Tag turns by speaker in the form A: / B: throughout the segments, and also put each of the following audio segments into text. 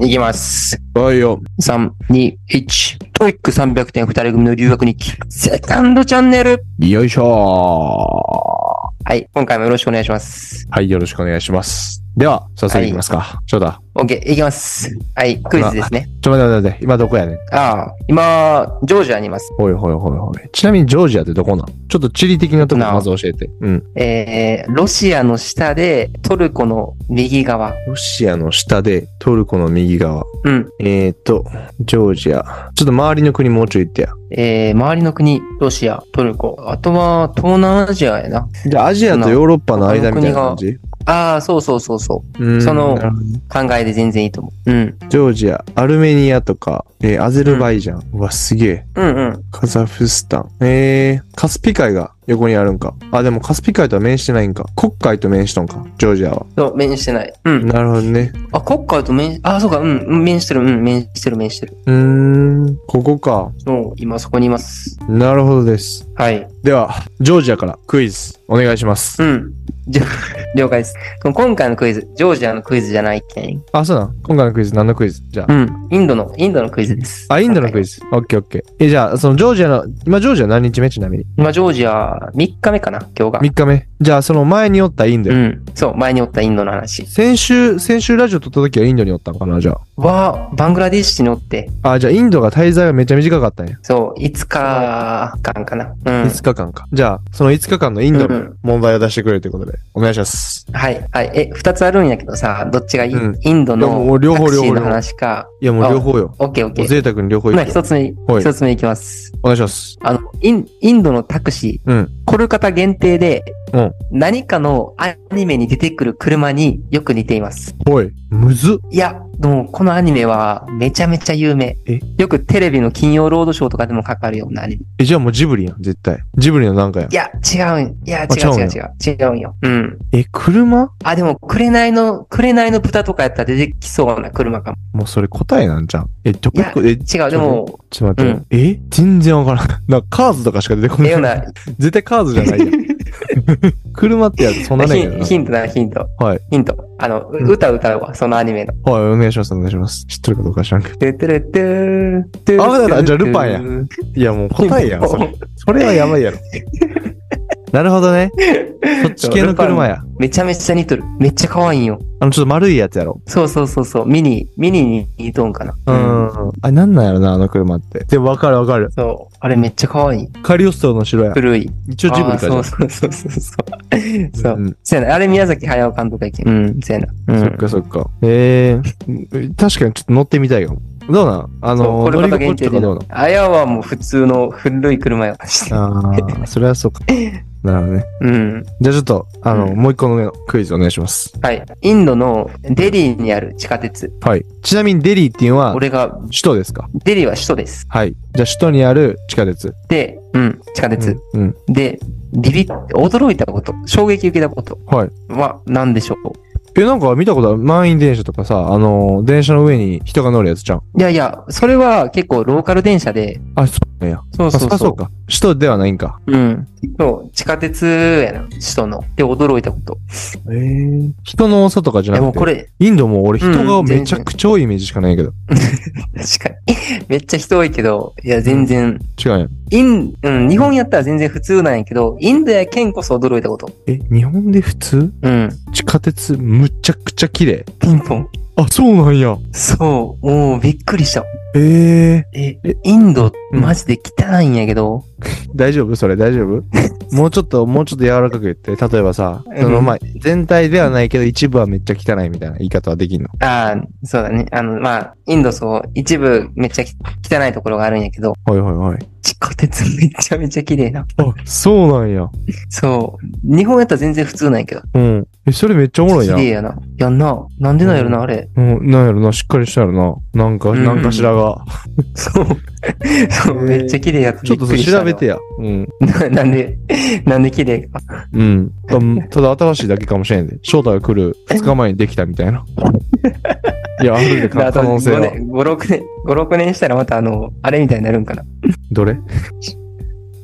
A: いきます。
B: はいよ。
A: 3、2、1。トイック300点2人組の留学日記。セカンドチャンネル。
B: よいしょ
A: はい、今回もよろしくお願いします。
B: ーはい、よろしくお願いします。では、早速いきますか。ちょうだ。
A: OK、いきます。はい、クイズですね。
B: ちょ、待って待って待って、今どこやねん。
A: ああ、今、ジョージアにいます。
B: ほいほいほいほい。ちなみにジョージアってどこなんちょっと地理的なとこ
A: なあ
B: まず教えて。うん。
A: えー、ロシアの下で、トルコの右側。
B: ロシアの下で、トルコの右側。
A: うん。
B: えーと、ジョージア。ちょっと周りの国もうちょい行ってや。
A: えー、周りの国、ロシア、トルコ。あとは、東南アジアやな。
B: じゃあ、アジアとヨーロッパの間みたいな感じ
A: ああ、そうそうそうそう。
B: うん
A: その
B: なるほどね
A: 考えで全然いいと思う。うん。
B: ジョージア、アルメニアとか、えーアゼルバイジャン。うわ、すげえ。
A: うんうん。
B: カザフスタン。えー、カスピ海が横にあるんか。あ、でもカスピ海とは面してないんか。黒海と面しとんか。ジョージアは。
A: そう、面してない。うん。
B: なるほどね。
A: あ、国家と面、あ、そうか、うんうん。面してる、うん。面してる、面してる。
B: うーん、ここか。
A: そう、今そこにいます。
B: なるほどです。
A: はい。
B: では、ジョージアからクイズ、お願いします。
A: うん。じゃ 了解です。今回のクイズ、ジョージアのクイズじゃないけん。
B: あ、そうなん。今回のクイズ、何のクイズじゃあ。
A: うん。インドの、インドのクイズです。
B: あ、インドのクイ
A: ズ。
B: ズ。オッケーオッケー。え、じゃあ、そのジョージアの、今ジョージア何日目ちなみに
A: 今、ジョージア、3日目かな、今日が。
B: ?3 日目。じゃあ、その前におったインド
A: う
B: よ。
A: ん。そう、前におったインドの話。
B: 先週、先週ラジオ撮った時はインドにおったのかなじゃ
A: わあ、バングラディッシュにおって、
B: あ。あ、じゃあインドが滞在がめっちゃ短かったんや。
A: そう、5日間かな。うん。
B: 5日間か。じゃあ、その5日間のインド
A: う
B: の
A: ん
B: 問題を出してくれるということで、お願いします。
A: はい、はい。え、2つあるんやけどさ、どっちがいい、
B: うん
A: インド
B: いや
A: の
B: もう両
A: タ
B: 方
A: クシ
B: 両
A: ー
B: 方
A: の話か。
B: いや、もう両方よ。
A: オッケーオッケ
B: も
A: ー。
B: う贅沢に両方い
A: まあ、
B: く。
A: 一つ目、
B: はい
A: 一つ目いきます。
B: お願いします。
A: あの、イン、インドのタクシー、
B: うん
A: コルカタ限定で、
B: うん
A: 何かのアニメに出てくる車によく似ています。
B: おい、むずっ。
A: いや、もうこのアニメはめちゃめちゃ有名
B: え。
A: よくテレビの金曜ロードショーとかでもかかるようなアニメ。
B: え、じゃあもうジブリやん、絶対。ジブリのなんかやん
A: い。や、違うん。いや、違
B: 違
A: う
B: うん
A: 違
B: や
A: う違う。違うんよ。うん。
B: え、車
A: あ、でも、紅の、紅の豚とかやったら出てきそうな車かも。
B: もうそれ答えなんじゃん。え、どこ
A: いや
B: え、
A: 違う、でも、
B: ちょっと待
A: う
B: って、
A: ん
B: え全然わからん。 なんかカーズとかしか出てこ
A: ええよう
B: ない。
A: な、
B: 絶対カーズじゃないや ん。車ってやつ、そんなねん
A: ヒ
B: けど
A: ン
B: な。
A: ヒントだ、ヒント。
B: はい。
A: ヒント。あの、
B: ん
A: う歌歌うわ、そのアニメの。
B: はい、お願いします、お願いします。知ってるかどうか知らんけど。
A: ててれてーて
B: あわかったじゃあルパンやいや、もう答えやん、それ。それはやばいや ろ。なるほど ね。そっち系の車や。
A: めちゃめちゃ似とる。めっちゃ可愛いんよ。
B: あの、ちょっと丸いやつやろ。
A: そうそうそうそう。ミニ、ミニに似とんかな。
B: う。ん。あ、なんなんやろな、あの車って。でもわかるわかる。
A: そう。あれめっちゃ可愛い。
B: カリオストロの城や。
A: 古い。
B: 一応ジブリかじゃ
A: あ
B: ん
A: ーそうそうそうそうそう。そうう。
B: ん
A: せやな。あれ宮崎駿監督やけん。うん、せやな。うん
B: そっかそっか。えー、確かにちょっと乗ってみたいよ。どうなんあ
A: そう
B: の、
A: これま
B: 乗り
A: た
B: 心
A: 限
B: 地
A: 定
B: とか
A: で
B: どうな
A: あやはもう普通の古い車やからして。
B: のああ、それは そうか。なるほどね。
A: うん。
B: じゃあちょっと、あの、
A: うん
B: もう一個のねクイズお願いします。
A: はい。インドのデリーにある地下鉄。
B: はい。ちなみにデリーっていうのは、
A: 俺が、
B: 首都ですか
A: デリーは首都です。
B: はい。じゃあ首都にある地下鉄。
A: で、うん、地下鉄。
B: うん。うん
A: で、ビビ驚いたこと、衝撃受けたこと
B: はい。
A: は何でしょう
B: え、なんか見たことある満員電車とかさ、あの、電車の上に人が乗るやつじゃん。
A: いやいや、それは結構ローカル電車で、
B: あ、そうなんや。
A: そう
B: あ、
A: そ
B: そう
A: そ
B: か
A: う。
B: そうか。首都ではないんか。
A: うん。そう、地下鉄やな、首都の。で、驚いたこと。
B: えー、人の多さとかじゃ
A: で
B: な
A: も
B: くて。
A: これ、
B: インドも俺人が
A: うん全然
B: めちゃくちゃ多いイメージしかないけど。
A: 確かに。 めっちゃ人多いけど、いや、全然、
B: 違うんや。
A: イン、うん、日本やったら全然普通なんやけど、インドやケンこそ驚いたこと。
B: え、日本で普通
A: うん。
B: 地下鉄むちゃくちゃ綺麗。
A: ピンポン。
B: あ、そうなんや。
A: そう、もうびっくりした。
B: ええ
A: え
B: え、
A: インド、
B: うん
A: マジで汚いんやけど、
B: 大丈夫それ大丈 夫もうちょっと、もうちょっと柔らかく言って、例えばさ、
A: うん
B: その、まあ、全体ではないけど、一部はめっちゃ汚いみたいな言い方はできんの。
A: ああ、そうだね。あの、まあ、インドそう、一部めっちゃき汚いところがあるんやけど、
B: はいはいはい。
A: 地下鉄めちゃめちゃ綺麗な。
B: あ、そうなんや。
A: そう。日本やったら全然普通なんやけど。
B: うん。え、それめっちゃおもろい
A: 綺
B: や
A: 麗
B: ん。
A: やな。やんな。なんでなんやろな、
B: うん
A: あれ。
B: うん、なんやろな、しっかりしたやろな。なんか、
A: うん
B: なんかしら が。
A: そう。そう
B: へー
A: めっちゃ綺麗やつ。
B: ちょっとそれ調べてや。う
A: び
B: ん。
A: っくりしたよ。 ななんで、なんで綺麗か。
B: うん。あただ新しいだけかもしれんで。正体が来る2日前にできたみた いな。いや、ある
A: あ
B: でか
A: と
B: 可能性
A: 5
B: は。
A: 年、5、6年、5、6年したらまたあの、あれみたいになるんかな。
B: どれ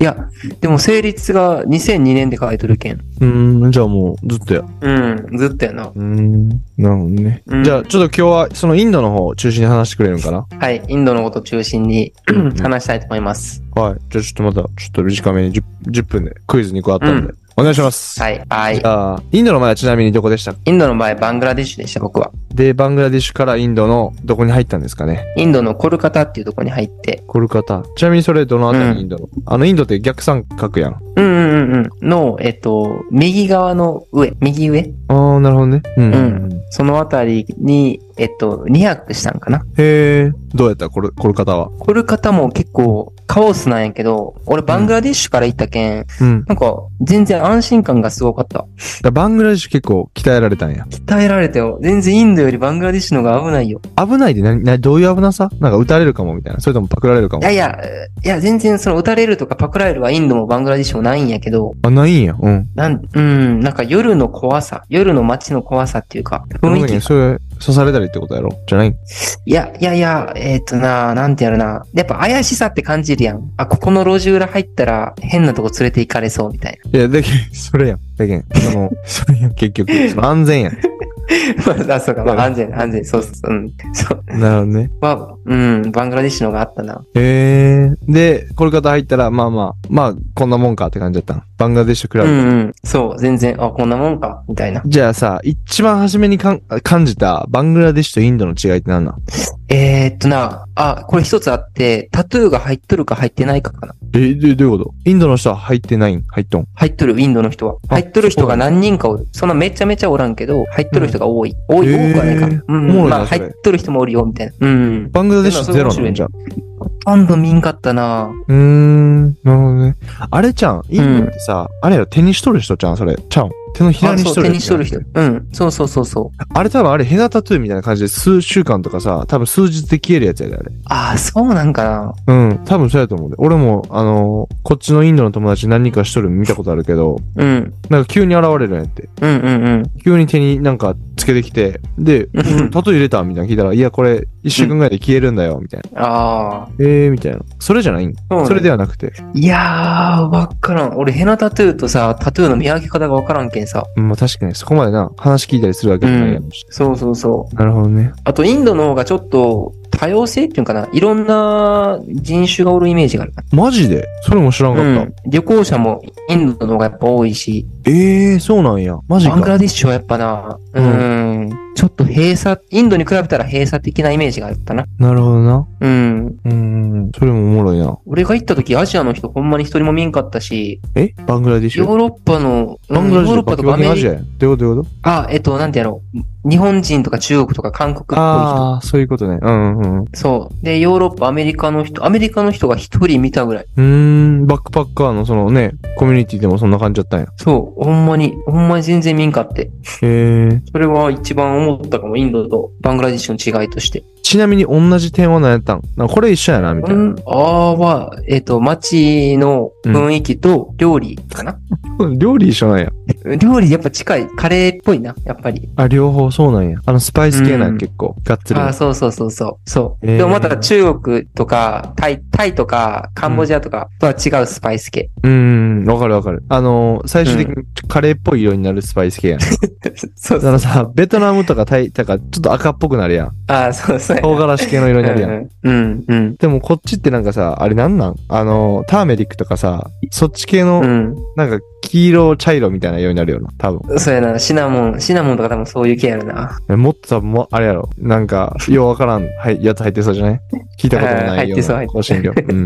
A: いや、でも成立が2002年で書いとるけん。
B: うーん、じゃあもうずっとや。
A: うん、ずっとやな。
B: うーん、なるほどね。
A: うん
B: じゃあちょっと今日はそのインドの方を中心に話してくれるんかな
A: はい、インドのこと中心 に
B: うん
A: 話したいと思います。
B: はい。じゃあちょっとまた、ちょっと短めに 10, 10分でクイズ2個あったんで、お願いします。
A: はい、は
B: じ
A: い。
B: ゃあ、インドの前はちなみにどこでした
A: インドの場合、バングラディッシュでした、僕は。
B: で、バングラディッシュからインドのどこに入ったんですかね
A: インドのコルカタっていうとこに入って、
B: コルカタ。ちなみにそれどのあた
A: うん
B: りインドの、あのインドって逆三角やん。
A: うんうんうんうん、の、えっと、右側の上、右上
B: あー、なるほどね。うん。
A: うんそのあたりに、えっと、2泊したんかな
B: へえ、どうやったコルコルカタは。
A: コルカタも結構カオスなんやけど、俺バングラディッシュから行ったけん、
B: うん。
A: な
B: だか
A: んか全然安心感がすごかった。
B: らバングラディッシュ結構鍛えられたんや。
A: 鍛えられたよ。全然インドよりバングラディッシュの方が危ないよ。
B: 危ないで何、などういう危なさなんか撃たれるかもみたいな。それともパクられるか
A: い
B: も
A: や。いや、えーいや、全然その撃たれるとかパクられるはインドもバングラディッシュもないんやけど、
B: あ、ないんや。うん。
A: なん、うん、なんか夜の怖さ、夜の街の怖さっていうか、雰囲気が
B: それ、刺されたりってことやろじゃない
A: いや、いやいや、えっ、とな、なんてやるな。やっぱ怪しさって感じるやん。あ、ここの路地裏入ったら変なとこ連れて行かれそうみたい
B: いや、だけん それやん。だけんその、 それやん、結局。そ の安全やん。
A: な。 まあ、あそうか、まあ安全、安全、そうそう、うん。そう。
B: なるほどね。
A: は、うん、バングラディッシュのがあったな。
B: へえ。で、コルカタ入ったら、まあまあ、まあ、こんなもんかって感じだったの。バングラディッシュクラ
A: う
B: ブ。
A: んうん。そう、全然、あ、こんなもんか、みたいな。
B: じゃあさ、一番初めにかん感じたバングラディッシュとインドの違いって何なん
A: えー、っとな、あ、これ一つあって、タトゥーが入っとるか入ってないかかな。
B: え、で、どういうことインドの人は入ってないん入っとん。
A: 入っとる、インドの人は。
B: あ
A: 入っとる人が何人かおる。そんなめちゃめちゃおらんけど、入っとる人が多い。多い、
B: へー
A: 多くはないか。う
B: おもろ
A: ん。
B: いな
A: まあ、
B: それ
A: 入っとる人もおるよ、みたいな。うん。
B: バングラディッシュゼロ
A: い
B: な
A: や
B: んじゃあ。
A: ほとんど見んかったな
B: うーん、なるほどね。あれちゃん、インドってさ、あれやろ、手にしとる人ちゃん、それ。ちゃうん。手のひら
A: あ
B: に
A: そ
B: し
A: う
B: とる
A: 手
B: やつ
A: にしとる人。うん。そうそうそうそう。
B: あれ多分あれヘナタトゥーみたいな感じで数週間とかさ、多分数日で消えるやつやで、あれ。
A: ああ、そうなんかな。
B: うん、多分そうやと思うで。俺も、あのーこっちのインドの友達何人かしとるの見たことあるけど、
A: うん。
B: なんか急に現れるんやって。
A: うんうんうん。
B: 急に手になんかつけてきて、で、
A: うん
B: タトゥー入れたみたいなの聞いたら、いや、これ一週間ぐらいで消えるんだよ、みたいな。
A: ああ。
B: えー、みたいな。それじゃないん
A: そうね
B: それではなくて。
A: いやー、わっからん。俺、ヘナタトゥーとさ、タトゥーの見分け方がわからんけんさ。
B: うんまあ確かにそこまでな、話聞いたりするわけじゃないやろし。
A: そうそうそう。
B: なるほどね。
A: あと、インドの方がちょっと、多様性っていうんかな。いろんな人種がおるイメージがある。
B: マジでそれも知らんかった。
A: うん、旅行者もインドの方がやっぱ多いし、
B: えー、そうなんや。マジ
A: バング
B: か。
A: ラディッシュはやっぱな、う、
B: うん
A: ちょっと閉鎖、インドに比べたら閉鎖的なイメージがあったな。
B: なるほどな。
A: うん。
B: うーん、それもおもろいな。
A: 俺が行った時、アジアの人ほんまに一人も見んかったし、
B: えバングラディッシ
A: ヨ
B: ュ
A: ーロッパの、うん
B: バングラデ
A: ヨー
B: ィッシ
A: ロ
B: ュ
A: ッパ
B: バ
A: とか
B: キ
A: ア
B: バキ
A: メ
B: のア
A: リ
B: ジア
A: カ、
B: やん。どういうことどういうこと
A: あ、えっと、なんてやろう、日本人とか中国とか韓国っぽい人。
B: ああ、そういうことね。うんうんうん。う
A: そう。で、ヨーロッパ、アメリカの人、アメリカの人が一人見たぐらい。
B: ーん、バックパッカーのそのね、コミュニティでもそんな感じだったんや。
A: そう。ほんまに、ほんまに全然見んかって。
B: へえ。
A: それは一番思ったかも、インドとバングラディッシュの違いとして。
B: ちなみに同じ点は何やったんなんかこれ一緒やな、みたいな。
A: ああは、えっ、と、街の雰囲気と料理かな、
B: 料理一緒なんや。
A: 料理やっぱ近い。カレーっぽいな、やっぱり。
B: あ、両方そうなんや。あの、スパイス系なん
A: う
B: や
A: ん
B: 結構。がっつり。
A: ああ、そうそうそうそう。そう。
B: えー
A: でもまた中国とか、タイ、タイとか、カンボジアとかとは違うスパイス 系。
B: うん、わかるわかる。あのー最終的にカレーっぽい色になるスパイス系やん。
A: そうそ
B: だか
A: う。
B: らさ、ベトナムとかタイとかちょっと赤っぽくなるやん。
A: ああ、そうそう。
B: 唐辛子系の色
A: う
B: になるやん。
A: んうん、うん、
B: でもこっちってなんかさ、あれなんなんあのー、ターメリックとかさ、そっち系の
A: うん。
B: なんか黄色、茶色みたいな色になるよな、多分。
A: うん。そうやな。シナモン、シナモンとか多分そういう系やるな。
B: えもっと多分も、あれやろ。なんか、ようわからん、はい、やつ入ってそうじゃない聞いたことも
A: あー
B: ないよ
A: 入っ
B: う
A: てそう
B: な
A: 入って
B: 香辛料。うん。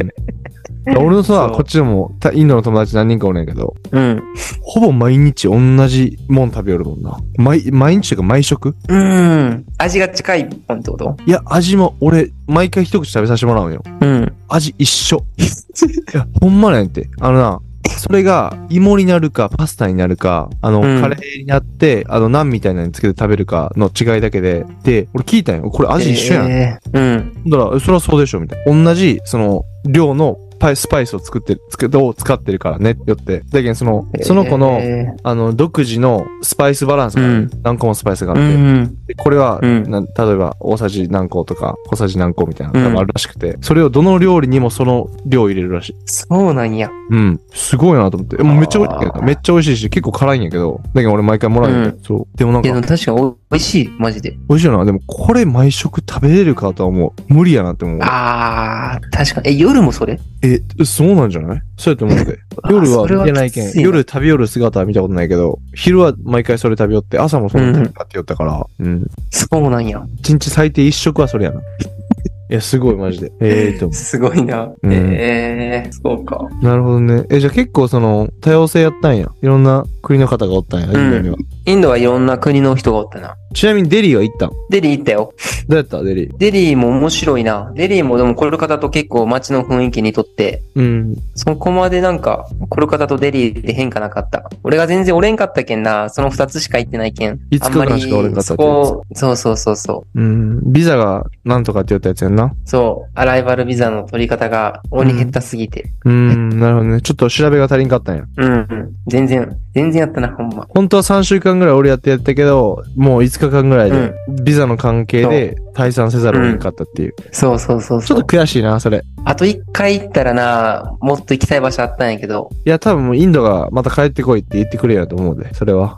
B: 俺の
A: そ
B: さ、
A: う
B: こっちでも、たインドの友達何人かおるんやけど、
A: うん。
B: ほぼ毎日同じもん食べよるもんな。毎、毎日というか毎食
A: うん。味が近いもんってこと
B: いや、味も、俺、毎回一口食べさせてもらうんよ。
A: うん。
B: 味一 緒。いや、ほんまなんやって。あのな、それが芋になるかパスタになるか、あの、
A: うん
B: カレーになって、あの、ナンみたいなのにつけて食べるかの違いだけで、で、俺聞いたんよ。これ味一緒やん。
A: えーうん。
B: だから、それはそうでしょ、みたいな。同じ、その、量のパイスパイスを作ってる、つけどう使ってるからねってよって。だけど、その、その子の、
A: え
B: あの、独自のスパイスバランスがある、
A: うん
B: 何個もスパイスがあ
A: ーう
B: って、
A: ん
B: でこれは、
A: うん
B: な例えば大さじ何個とか小さじ何個みたい
A: う
B: な
A: ん
B: のがあるらしくて、それをどの料理にもその量入れるらしい。
A: そうなんや。
B: うん。すごいなと思って。えもうめっちゃ美味しいけ
A: あ
B: ど、
A: ー
B: めっちゃ美味しいし、結構辛いんやけど、だけど俺毎回もらうんやけど、そう。でもなん
A: いや、
B: か
A: でも、確かに美味しい、マジで。
B: 美味しいよな。でもこれ毎食食べれるかとは思う。無理やなって思う。
A: あー、確かに。え、夜もそれ
B: え、そうなんじゃないそうやと思 って。夜は見てないけ
A: あ
B: ん
A: そ。れは
B: 夜食べよる姿は見たことないけど、昼は毎回それ食べよって、朝もそれ食べたって言ったから、うん。
A: そうなんや。
B: 一日最低一食はそれやな。 いや、すごいマジで。ええと思
A: すごいな。
B: うん
A: えー、そうか。
B: う。なるほどね。え、じゃあ結構その、多様性やったんや。いろんな国の方がおったんや、インドには。
A: インドはいろんな国の人がおったな。
B: ちなみにデリーは行ったんど
A: デリー行ったよ。
B: うやったデリー。
A: デリーも面白いな。デリーもでもこの方と結構街の雰囲気にとって、
B: うん。
A: そこまでなんか、この方とデリーで変化なかった。俺が全然折れんかったけんな。その二つしか行ってないけん。
B: いつかからしか折れんかったってやつ
A: あまりそこそうそうそうそう。
B: うん。ビザがなんとかって言ったやつやんな。
A: そう。アライバルビザの取り方が鬼減ったすぎて。
B: うん、なるほどね。ちょっと調べが足りんかったんや。
A: うん、うん。全然、全然やったな、ほんま。
B: 本当は3週間ぐらい俺やってやったけど、もう5日間ぐらいで、ビザの関係で退散せざるを得なかったっていう。
A: そうそうそう
B: ち
A: そ
B: ょ
A: う。
B: っと悔しいな、それ。
A: あと一回行ったらな、もっと行きたい場所あったんやけど、
B: いや、多分もうインドがまた帰ってこいって言ってくれやと思うで、それ は。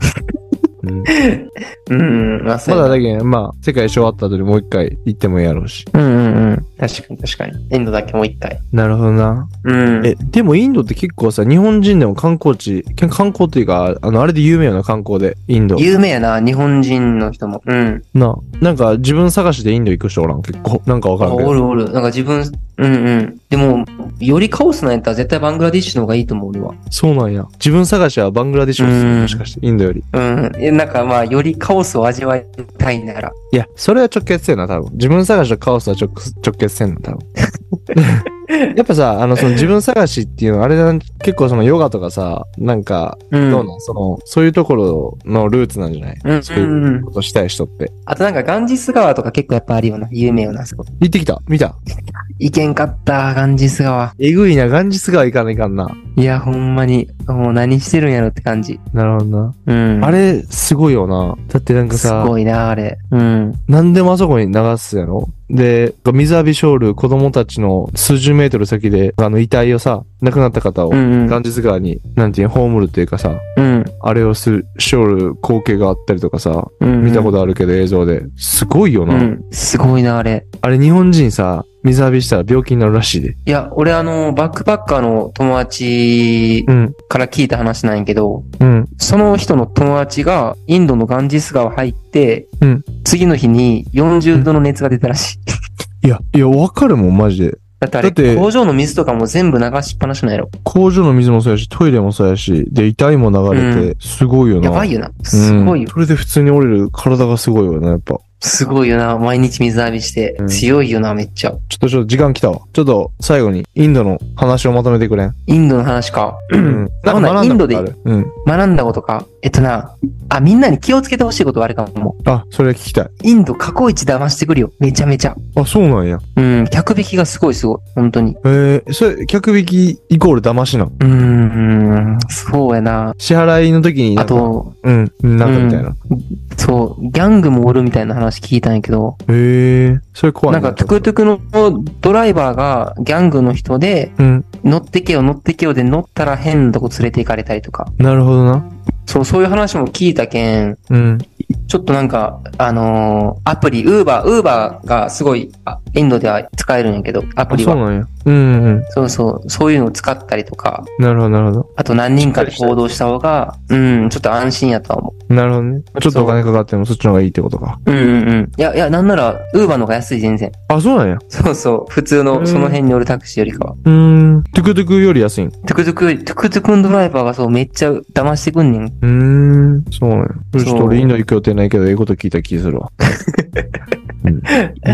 B: うん、ま
A: うん、うん、まあ、そうや
B: だ
A: な
B: だけどまあ、世界一終わった後にもう一回行ってもいいやろうし。
A: うんうんうん。確かに確かに。インドだけもう一回。
B: なるほどな。
A: うん。
B: え、でもインドって結構さ、日本人でも観光地、け観光っていうか、あの、あれで有名やな、観光で、インド。
A: 有名やな、日本人の人も。うん。
B: な、なんか自分探しでインド行く人おらん、結構。なんかわか
A: あ
B: らんけ
A: お
B: ど。
A: るおる。なんか自分、うんうん。でも、よりカオスなんやったら絶対バングラディッシュの方がいいと思う、俺は。
B: そうなんや。自分探しはバングラディッシュおすす
A: う
B: め
A: ん
B: もしかして、インドより。
A: うん。えなんかまあ、よりカオスを味わいたいなら。
B: いや、それは直結せんな、多分。自分探しとカオスは直直結せんな、多 分。やっぱさ、あの、その自分探しっていうのは、あれだな、結構そのヨガとかさ、なんか、
A: うん。
B: どうなん、その、そういうところのルーツなんじゃない
A: うん
B: そう
A: う
B: いうん
A: うん。
B: ことしたい人って。
A: あとなんかガンジス川とか結構やっぱあるよな。有名よな、そこ。
B: 行ってきた見た
A: 行けんかった、ガンジス川。
B: えぐいな、ガンジス川行かないかんな。
A: いや、ほんまに。もう何してるんやろって感じ。
B: なるほどな。
A: うん。
B: あれ、すごいよな。だってなんか
A: す
B: さ、
A: ごいな、あれ。うん。
B: 何でもあそこに流すやろで、水浴びショール、子供たちの数十メートル先で、あの、遺体をさ、亡くなった方を
A: う、んう
B: ガ
A: ん。
B: ンジス川に、なんていうの、葬るっていうかさ、
A: うん。
B: あれをする、しょる光景があったりとかさ、
A: うん。
B: 見たことあるけど映像で。すごいよな。
A: うん。すごいな、あれ。
B: あれ日本人さ、水浴びしたら病気になるらしいで。
A: いや、俺あの、バックパッカーの友達
B: うん。
A: から聞いた話なんやけど、
B: うん。
A: その人の友達がインドのガンジス川入って、
B: うん
A: 次の日に40度の熱が出たらしい。
B: いや、いや、わかるもん、マジで。
A: だってあれ、
B: だって
A: 工場の水とかも全部流しっぱなしなんやろ。
B: 工場の水もそうやし、トイレもそうやし、で、遺体も流れて、すごいよ
A: や
B: な。
A: ばい
B: よ。
A: よな。すごいよ。
B: それで普通に折れる体がすごいよな、やっぱ。
A: すごいよな。毎日水浴びして
B: うん。
A: 強いよな、めっちゃ。
B: ちょっとちょっと時間来たわ。ちょっと最後にインドの話をまとめてく れん。
A: インドの話か。
B: うん。
A: なんかインドで
B: 学んだことあるうん。
A: 学んだことか。えっとな、あ、みんなに気をつけてほしいことはあるかも。
B: あ、それ聞きたい。
A: インド過去一騙してくるよ。めちゃめちゃ。
B: あ、そうなんや。
A: うん、客引きがすごいすごい。本当に。
B: えー、それ、客引きイコール騙しなの
A: うーん、そうやな。
B: 支払いの時にな
A: あ
B: んか、
A: と、
B: うん、なんかみたいな。
A: そう、ギャングもおるみたいな話聞いたんやけど、
B: へえ、それ怖い
A: なんかトゥクトゥクのドライバーがギャングの人で、
B: うん、
A: 乗ってけよ乗ってけよで乗ったら変なとこ連れて行かれたりとか、
B: なるほどな。
A: そう、そういう話も聞いたけん、
B: うん。
A: ちょっとなんか、あのーアプリ、ウーバー、ウーバーがすごい、あインドでは使えるんやけど、アプ
B: あ、
A: リ
B: そう
A: は。
B: なんや。うん、うん。
A: そうそう、そういうのを使ったりとか、
B: なるほど、なるほど。
A: あと何人かで行動した方が、うん、ちょっと安心やとは思う。
B: なるほどね。ちょっとお金かかってもそっちの方がいいってことか。
A: うんうんうん。いや、いや、なんなら、ウーバーの方が安い、全然。
B: あ、そうなんや。
A: そうそう。普通
B: う
A: の、
B: ん
A: その辺におるタクシーよりかは。
B: うーん。トゥクトゥクより安いん。う
A: トゥクトゥクより、トゥクトゥクのドライバーがそう、めっちゃ騙してくんねん。
B: ーん。そうなんや。ち
A: そ
B: ょ
A: う
B: っと俺インド行く予定ないけど、ええこと聞いた気す るわ。うん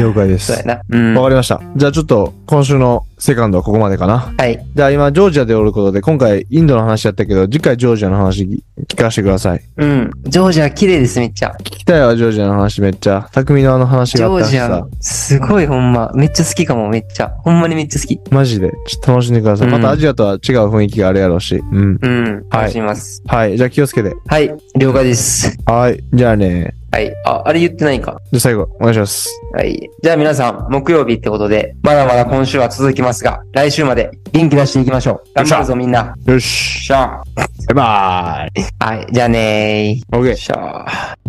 B: 了解で
A: そう
B: す
A: や。な。うん。
B: わかりました。じゃあちょっと、今週のセカンドはここまでかな。
A: はい。
B: では今、ジョージアでおることで、今回インドの話やったけど、次回ジョージアの話聞かせてください。
A: うん。ジョージア綺麗です、めっちゃ。
B: 聞きたいわ、ジョージアの話めっちゃ。匠のあの話
A: ジ
B: があっ
A: ョー
B: たし
A: ジア
B: さ。、
A: すごいほんま。めっちゃ好きかも、めっちゃ。ほんまにめっちゃ好き。
B: マジで、ちょっと楽しんでください。
A: うん
B: またアジアとは違う雰囲気があるやろうし。うん。
A: うん。楽しみます。
B: はい、じゃあ気をつけて。
A: はい。了解です。
B: はい、じゃあね。
A: はい。あ、あれ言ってないか。
B: じゃあ最後、お願いします。
A: はい。じゃあ皆さん、木曜日ってことで、まだまだ今週は続きますが、来週まで元気出していきましょう。頑張るぞ、みんな。よ
B: よ
A: っ
B: し。
A: しゃ
B: バイバ
A: はい。じゃあね
B: ーイ。OK
A: ー。よっ。しゃー。